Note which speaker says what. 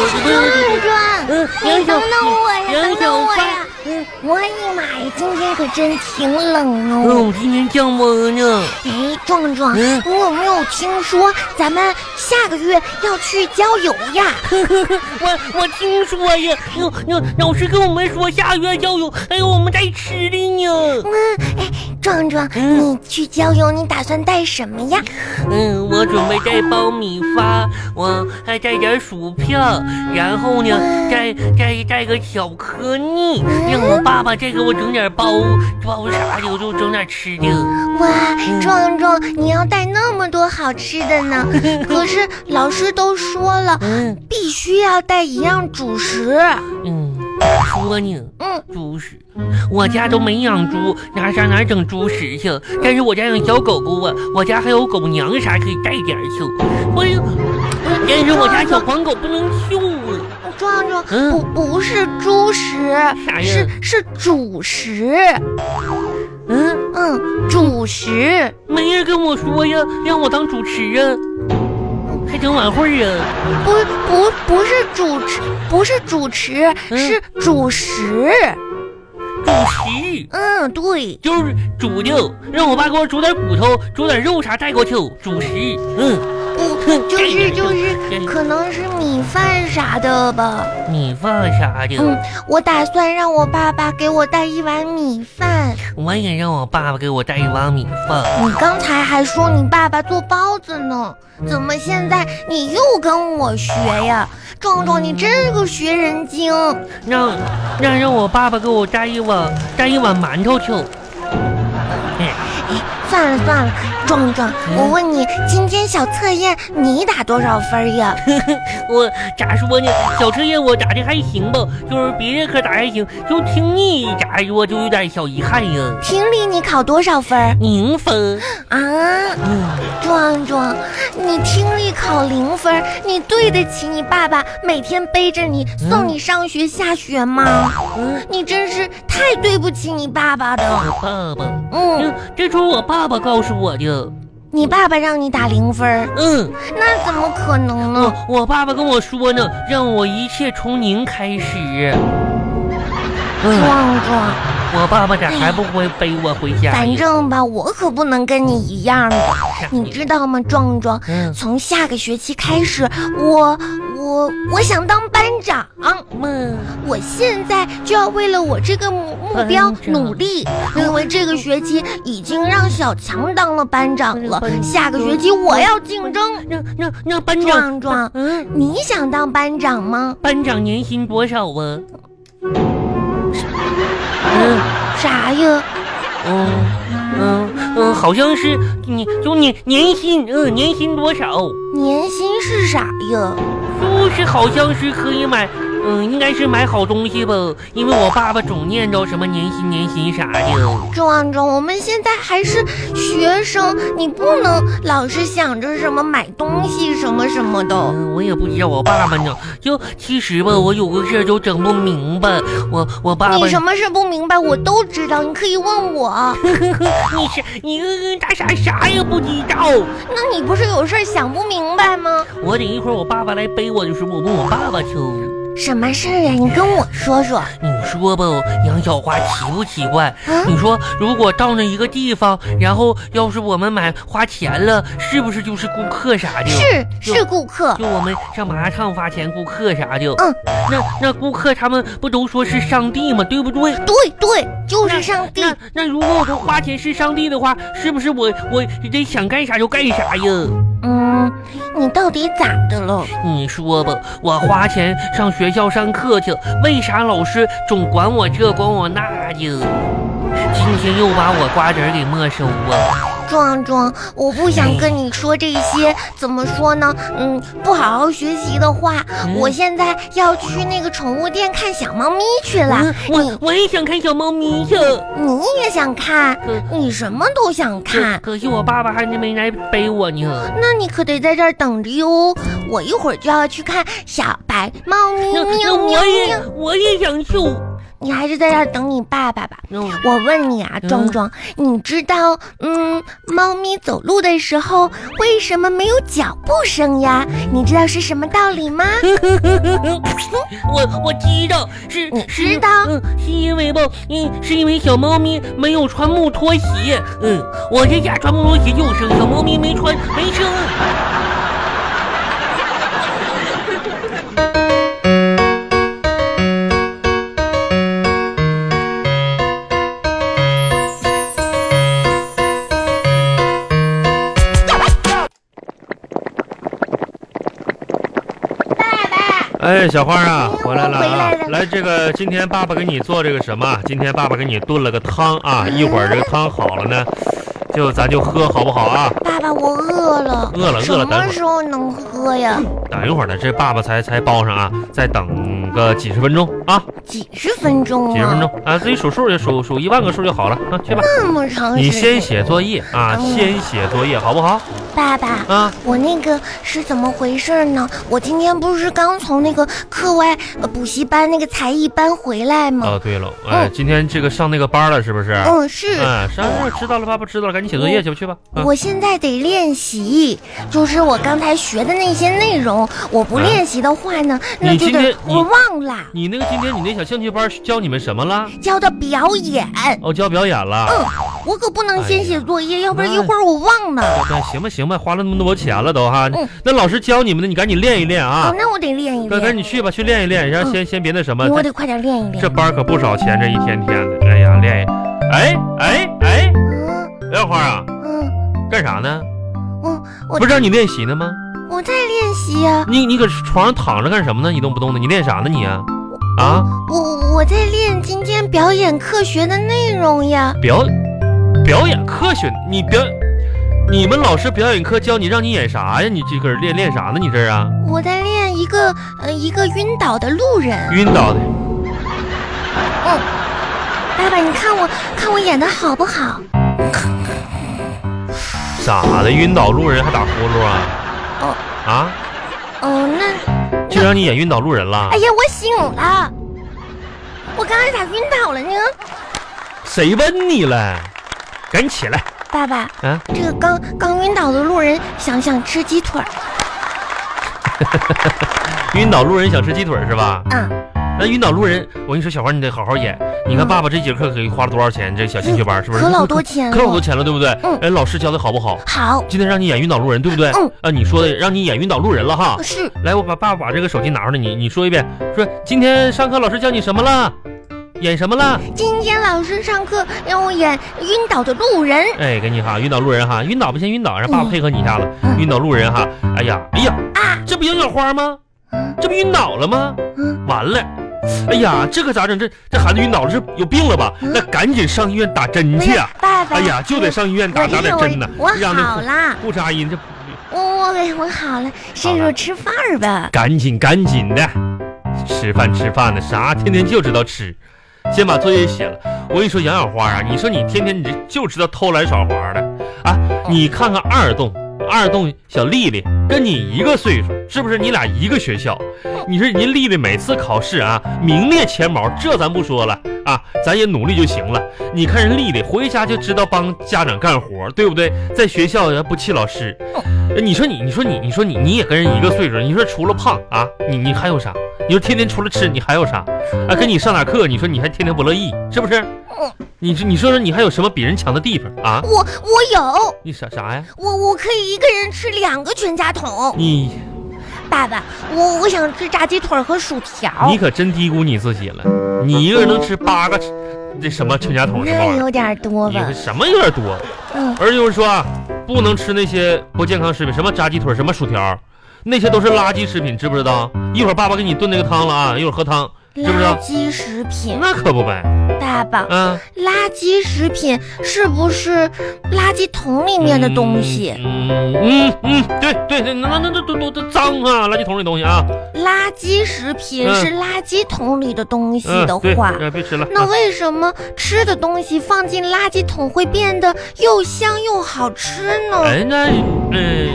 Speaker 1: 大壮，
Speaker 2: 嗯杨
Speaker 1: 你
Speaker 2: 小
Speaker 1: 等等我呀，
Speaker 2: 杨
Speaker 1: 等等
Speaker 2: 小
Speaker 1: 我
Speaker 2: 发
Speaker 1: 呀！
Speaker 2: 嗯
Speaker 1: 我的妈呀，今天可真 挺冷哦。
Speaker 2: 嗯，今天降温呢。
Speaker 1: 哎，壮壮，
Speaker 2: 嗯
Speaker 1: 你有没有听说咱们下个月要去郊游呀？
Speaker 2: 我我听说呀，有有老师跟我们说下月郊游，还有我们带吃的呢。
Speaker 1: 嗯，哎，壮壮，
Speaker 2: 嗯
Speaker 1: 你去郊游，你打算带什么呀？
Speaker 2: 嗯，我准备带苞米 发，我还带点薯片，然后呢，再再带个巧克力，让我爸爸再给我整点包包啥的，我就整点吃的。
Speaker 1: 哇，壮壮，你要带那么多好吃 的呢。可是老师都说了，
Speaker 2: 嗯
Speaker 1: 必须要带一样主食。
Speaker 2: 嗯，说呢。
Speaker 1: 嗯，
Speaker 2: 猪食，我家都没养猪，哪上哪儿整猪食去？但是我家养小狗狗啊，我家还有狗粮啥可以带点儿去。我有，但是我家小黄狗不能秀啊。
Speaker 1: 壮壮，
Speaker 2: 嗯
Speaker 1: 不不是猪食，
Speaker 2: 啥呀
Speaker 1: 是是主食。
Speaker 2: 嗯，
Speaker 1: 嗯，主食。
Speaker 2: 没人跟我说呀，让我当主持啊，还整晚会啊。
Speaker 1: 不不不是主持，不是主持，
Speaker 2: 嗯
Speaker 1: 是主食。
Speaker 2: 主食
Speaker 1: 嗯，对。
Speaker 2: 就是煮的，让我爸给我煮点骨头，煮点肉啥带过去。主食，嗯，
Speaker 1: 嗯，就是就是，可能是米饭啥的吧。
Speaker 2: 米饭啥的，
Speaker 1: 嗯，我打算让我爸爸给我带一碗米饭。
Speaker 2: 我也让我爸爸给我带一碗米饭。
Speaker 1: 你刚才还说你爸爸做包子呢，怎么现在你又跟我学呀？壮壮，你真是个学人精。
Speaker 2: 让让让我爸爸给我带一碗带一碗馒头去。哎
Speaker 1: 算了算了，壮壮，我问你，今天小测验你打多少分呀？
Speaker 2: 我咋说呢？小测验我打的还行吧，就是别人可打还行，就听你咋说就有点小遗憾呀。
Speaker 1: 评理你考多少分
Speaker 2: 零分，
Speaker 1: 啊？
Speaker 2: 嗯，
Speaker 1: 壮壮，你听力考零分，你对得起你爸爸每天背着你送你上学下学吗？
Speaker 2: 嗯
Speaker 1: 你真是太对不起你爸爸的。
Speaker 2: 我爸爸，
Speaker 1: 嗯，
Speaker 2: 嗯，这都是我爸爸告诉我的。
Speaker 1: 你爸爸让你打零分，
Speaker 2: 嗯，
Speaker 1: 那怎么可能呢？
Speaker 2: 我我爸爸跟我说呢，让我一切从零开始。嗯，
Speaker 1: 壮壮，
Speaker 2: 我爸爸咋还不回背我回家呀？
Speaker 1: 反正吧，我可不能跟你一样的，你知道吗？壮壮，
Speaker 2: 嗯，
Speaker 1: 从下个学期开始，我我我想当班长。
Speaker 2: 妈。
Speaker 1: 我现在就要为了我这个目目标
Speaker 2: 班长
Speaker 1: 努力，因为这个学期已经让小强当了班长了
Speaker 2: 班，长
Speaker 1: 下个学期我要竞争。
Speaker 2: 那那那班长，
Speaker 1: 壮壮，
Speaker 2: 嗯，
Speaker 1: 你想当班长吗？
Speaker 2: 班长年薪多少啊？嗯
Speaker 1: 啥呀？
Speaker 2: 嗯嗯嗯，好像是你就你年薪，嗯，年薪多少？
Speaker 1: 年薪是啥呀？
Speaker 2: 就是好像是可以买，嗯，应该是买好东西吧，因为我爸爸总念叨什么年薪年薪啥
Speaker 1: 哦
Speaker 2: 的。嗯
Speaker 1: 壮壮，我们现在还是学生，你不能老是想着什么买东西什么什么的。
Speaker 2: 嗯，我也不知道我爸爸呢，就其实吧，我有个事儿都整不明白，我我爸爸
Speaker 1: 你什么事不明白，我都知道，你可以问我。
Speaker 2: 你是你嗯嗯大傻啥也不知道。
Speaker 1: 那你不是有事儿想不明白吗？
Speaker 2: 我得一会儿我爸爸来背我的时候，我问我爸爸去。
Speaker 1: 什么事儿呀？你跟我说说。
Speaker 2: 你说吧，杨小花奇不奇怪？
Speaker 1: 啊
Speaker 2: 你说如果到那一个地方，然后要是我们买花钱了，是不是就是顾客啥的？
Speaker 1: 是
Speaker 2: 就是
Speaker 1: 顾客，
Speaker 2: 就我们上麻辣烫花钱，顾客啥的。
Speaker 1: 嗯，
Speaker 2: 那那顾客他们不都说是上帝吗？对不对？
Speaker 1: 对对，就是上帝。
Speaker 2: 那那如果我说花钱是上帝的话，是不是我我得想干啥就干啥呀？
Speaker 1: 嗯，你到底咋的了？
Speaker 2: 你说吧，我花钱上学校上课去，为啥老师总管我这管我那的？今天又把我瓜子儿给没收啊！
Speaker 1: 壮壮，我不想跟你说这些，怎么说呢？嗯，不好好学习的话，
Speaker 2: 哎嗯
Speaker 1: 我现在要去那个宠物店看小猫咪去了
Speaker 2: 嗯。我我也想看小猫咪去，
Speaker 1: 你也想看？
Speaker 2: 可
Speaker 1: 你什么都想
Speaker 2: 可
Speaker 1: 看，
Speaker 2: 可惜我爸爸还没来背我呢。
Speaker 1: 那你可得在这儿等着哟。我一会儿就要去看小白猫咪
Speaker 2: 那那
Speaker 1: 喵喵
Speaker 2: 我也
Speaker 1: 喵。
Speaker 2: 我也想去。
Speaker 1: 你还是在这儿等你爸爸吧。
Speaker 2: 那
Speaker 1: 我问你啊，
Speaker 2: 嗯
Speaker 1: 壮壮，你知道，嗯，猫咪走路的时候为什么没有脚步声呀？你知道是什么道理吗？
Speaker 2: 我 我我知道是
Speaker 1: 你
Speaker 2: 是
Speaker 1: 知道
Speaker 2: 嗯，是因为吧，嗯，是因为小猫咪没有穿木拖鞋，嗯，我这家穿木拖鞋就生，小猫咪没穿没生。
Speaker 1: 爸爸，
Speaker 3: 哎，小花啊，回来了
Speaker 1: 我回
Speaker 3: 啊
Speaker 1: 来！了
Speaker 3: 来，这个今天爸爸给你做这个什么？今天爸爸给你炖了个汤啊，一会儿这个汤好了呢，就咱就喝好不好啊？
Speaker 1: 爸爸，我饿了，
Speaker 3: 饿了饿了
Speaker 1: 什
Speaker 3: 等会
Speaker 1: 么
Speaker 3: 儿
Speaker 1: 时候能喝呀？
Speaker 3: 等一会儿呢，这爸爸才才包上啊，再等个几十分钟啊，
Speaker 1: 几十分钟啊，
Speaker 3: 几十分钟啊，自己数数就数数一万个数就好了啊，去吧。
Speaker 1: 那么长时间。
Speaker 3: 你先写作业啊，
Speaker 1: 嗯
Speaker 3: 先写作业好不好
Speaker 1: 爸爸，
Speaker 3: 啊？
Speaker 1: 我那个是怎么回事呢？我今天不是刚从那个课外呃补习班那个才艺班回来吗？
Speaker 3: 哦，对了，哎，
Speaker 1: 嗯
Speaker 3: 今天这个上那个班了是不是？
Speaker 1: 嗯，是。
Speaker 3: 嗯，上知道了，爸爸知道了，赶紧写作业去吧，去吧。嗯
Speaker 1: 我现在得练习，就是我刚才学的那些内容，我不
Speaker 3: 啊
Speaker 1: 练习的话呢，那
Speaker 3: 你
Speaker 1: 就
Speaker 3: 今
Speaker 1: 得
Speaker 3: 天你
Speaker 1: 我忘了
Speaker 3: 你那个今天你那小兴趣班教你们什么了？
Speaker 1: 教的表演，
Speaker 3: 哦，教表演了。
Speaker 1: 嗯我可不能
Speaker 3: 哎
Speaker 1: 先
Speaker 3: 呀啊
Speaker 1: 写作业，要不然一
Speaker 3: 那
Speaker 1: 会儿我忘了。
Speaker 3: 那哎行吧，行吧，花了那么多钱了都哈。
Speaker 1: 嗯
Speaker 3: 那老师教你们的，你赶紧练一练啊
Speaker 1: 哦，。那我得练一
Speaker 3: 赶赶
Speaker 1: 练，
Speaker 3: 紧去吧，去练一练，然
Speaker 1: 嗯
Speaker 3: 后先先别那什么。
Speaker 1: 我
Speaker 3: 这
Speaker 1: 得快点练一
Speaker 3: 这
Speaker 1: 练。
Speaker 3: 班可不少钱，这一天天的。哎呀，练一，哎哎哎，
Speaker 1: 嗯
Speaker 3: 莲花啊，
Speaker 1: 嗯，
Speaker 3: 干啥呢？
Speaker 1: 我哦我
Speaker 3: 不是让你练习呢吗？
Speaker 1: 我在练习啊呀、
Speaker 3: 你你搁床上躺着干什么呢？一动不动的，你练啥呢你啊？啊，
Speaker 1: 我我在练今天表演课学的内容呀。
Speaker 3: 表表演科学，你表你们老师表演课教你让你演啥呀？你这搁这练练啥呢？你这儿啊？
Speaker 1: 我在练一个呃一个晕倒的路人。
Speaker 3: 晕倒的。
Speaker 1: 爸爸，你看我看我演的好不好？
Speaker 3: 咋的？晕倒路人还打呼噜啊？
Speaker 1: 哦
Speaker 3: 啊！
Speaker 1: 哦，那
Speaker 3: 就让你演晕倒路人了
Speaker 1: 哎？呀，我醒了。我刚才咋晕倒了呢？
Speaker 3: 谁问你了？赶紧起来！
Speaker 1: 爸爸，
Speaker 3: 啊
Speaker 1: 这个刚刚晕倒的路人想想吃鸡腿儿
Speaker 3: 晕倒路人想吃鸡腿是吧？
Speaker 1: 啊、
Speaker 3: 那晕倒路人，我跟你说，小花你得好好演。你看爸爸这节课给花了多少钱？这小兴趣班是不
Speaker 1: 嗯
Speaker 3: 是？
Speaker 1: 可老多钱了。
Speaker 3: 可老多钱了，对不对？
Speaker 1: 嗯
Speaker 3: 哎，老师教的好不好？
Speaker 1: 好，
Speaker 3: 今天让你演晕倒路人，对不对？
Speaker 1: 嗯
Speaker 3: 啊，你说的让你演晕倒路人了哈。
Speaker 1: 是
Speaker 3: 来，我把爸爸把这个手机拿出来，你你说一遍，说今天上课老师教你什么了？演什么了？
Speaker 1: 今天老师上课让我演晕倒的路人。
Speaker 3: 哎，给你哈，晕倒路人哈，晕倒不先晕倒，让爸爸
Speaker 1: 嗯
Speaker 3: 配合你一下子。
Speaker 1: 嗯
Speaker 3: 晕倒路人哈，哎呀，哎呀，
Speaker 1: 啊
Speaker 3: 这不杨小花吗？
Speaker 1: 嗯
Speaker 3: 这不晕倒了吗？
Speaker 1: 嗯，
Speaker 3: 完了，哎呀，这可咋整？这这孩子晕倒了是有病了吧？
Speaker 1: 嗯
Speaker 3: 那赶紧上医院打针
Speaker 1: 不
Speaker 3: 去
Speaker 1: 是
Speaker 3: 啊！，
Speaker 1: 爸爸。
Speaker 3: 哎呀，就得上医院
Speaker 1: 我
Speaker 3: 打
Speaker 1: 这
Speaker 3: 打点
Speaker 1: 我
Speaker 3: 针呢，
Speaker 1: 我
Speaker 3: 让那
Speaker 1: 好
Speaker 3: 护
Speaker 1: 了。
Speaker 3: 护士阿姨这
Speaker 1: 我我给我好了，伸手吃饭儿吧。
Speaker 3: 赶紧赶紧的，吃饭吃饭的，啥天天就知道吃。先把作业写了，我跟你说，杨小花啊，你说你天天你这就知道偷懒耍滑的啊！你看看二栋，二栋小丽丽跟你一个岁数，是不是？你俩一个学校，你说人家丽丽每次考试啊，名列前茅，这咱不说了啊，咱也努力就行了。你看人丽丽回家就知道帮家长干活，对不对？在学校也不气老师，哎你说你，你说你，你说你，你也跟人一个岁数，你说除了胖啊，你你还有啥？你说天天除了吃，你还有啥？啊，跟你上点课，你说你还天天不乐意，是不是？你说你说说你还有什么比人强的地方啊？
Speaker 1: 我我有，
Speaker 3: 你啥啥呀？
Speaker 1: 我我可以一个人吃两个全家桶。
Speaker 3: 你
Speaker 1: 爸爸，我我想吃炸鸡腿儿和薯条
Speaker 3: 你，可真低估你自己了，你一个人能吃八个这什么全家桶什么
Speaker 1: 那
Speaker 3: 玩意儿？
Speaker 1: 有点多
Speaker 3: 你
Speaker 1: 吧
Speaker 3: 说？什么有点多，
Speaker 1: 嗯，
Speaker 3: 而且我说啊，不能吃那些不健康食品，什么炸鸡腿，什么薯条，那些都是垃圾食品，知不知道？一会儿爸爸给你炖那个汤了啊，一会儿喝汤，知不知
Speaker 1: 垃
Speaker 3: 道？
Speaker 1: 圾食品，
Speaker 3: 那可不呗，
Speaker 1: 爸爸，
Speaker 3: 嗯。
Speaker 1: 垃圾食品是不是垃圾桶里面的东西？
Speaker 3: 嗯嗯嗯，对对对，那那那都都都脏啊，垃圾桶里东西啊。
Speaker 1: 垃圾食品
Speaker 3: 嗯
Speaker 1: 是垃圾桶里的东西
Speaker 3: 嗯，
Speaker 1: 的
Speaker 3: 对，
Speaker 1: 话，
Speaker 3: 呃别吃了。
Speaker 1: 那
Speaker 3: 啊
Speaker 1: 为什么吃的东西放进垃圾桶会变得又香又好吃呢？
Speaker 3: 哎，那嗯，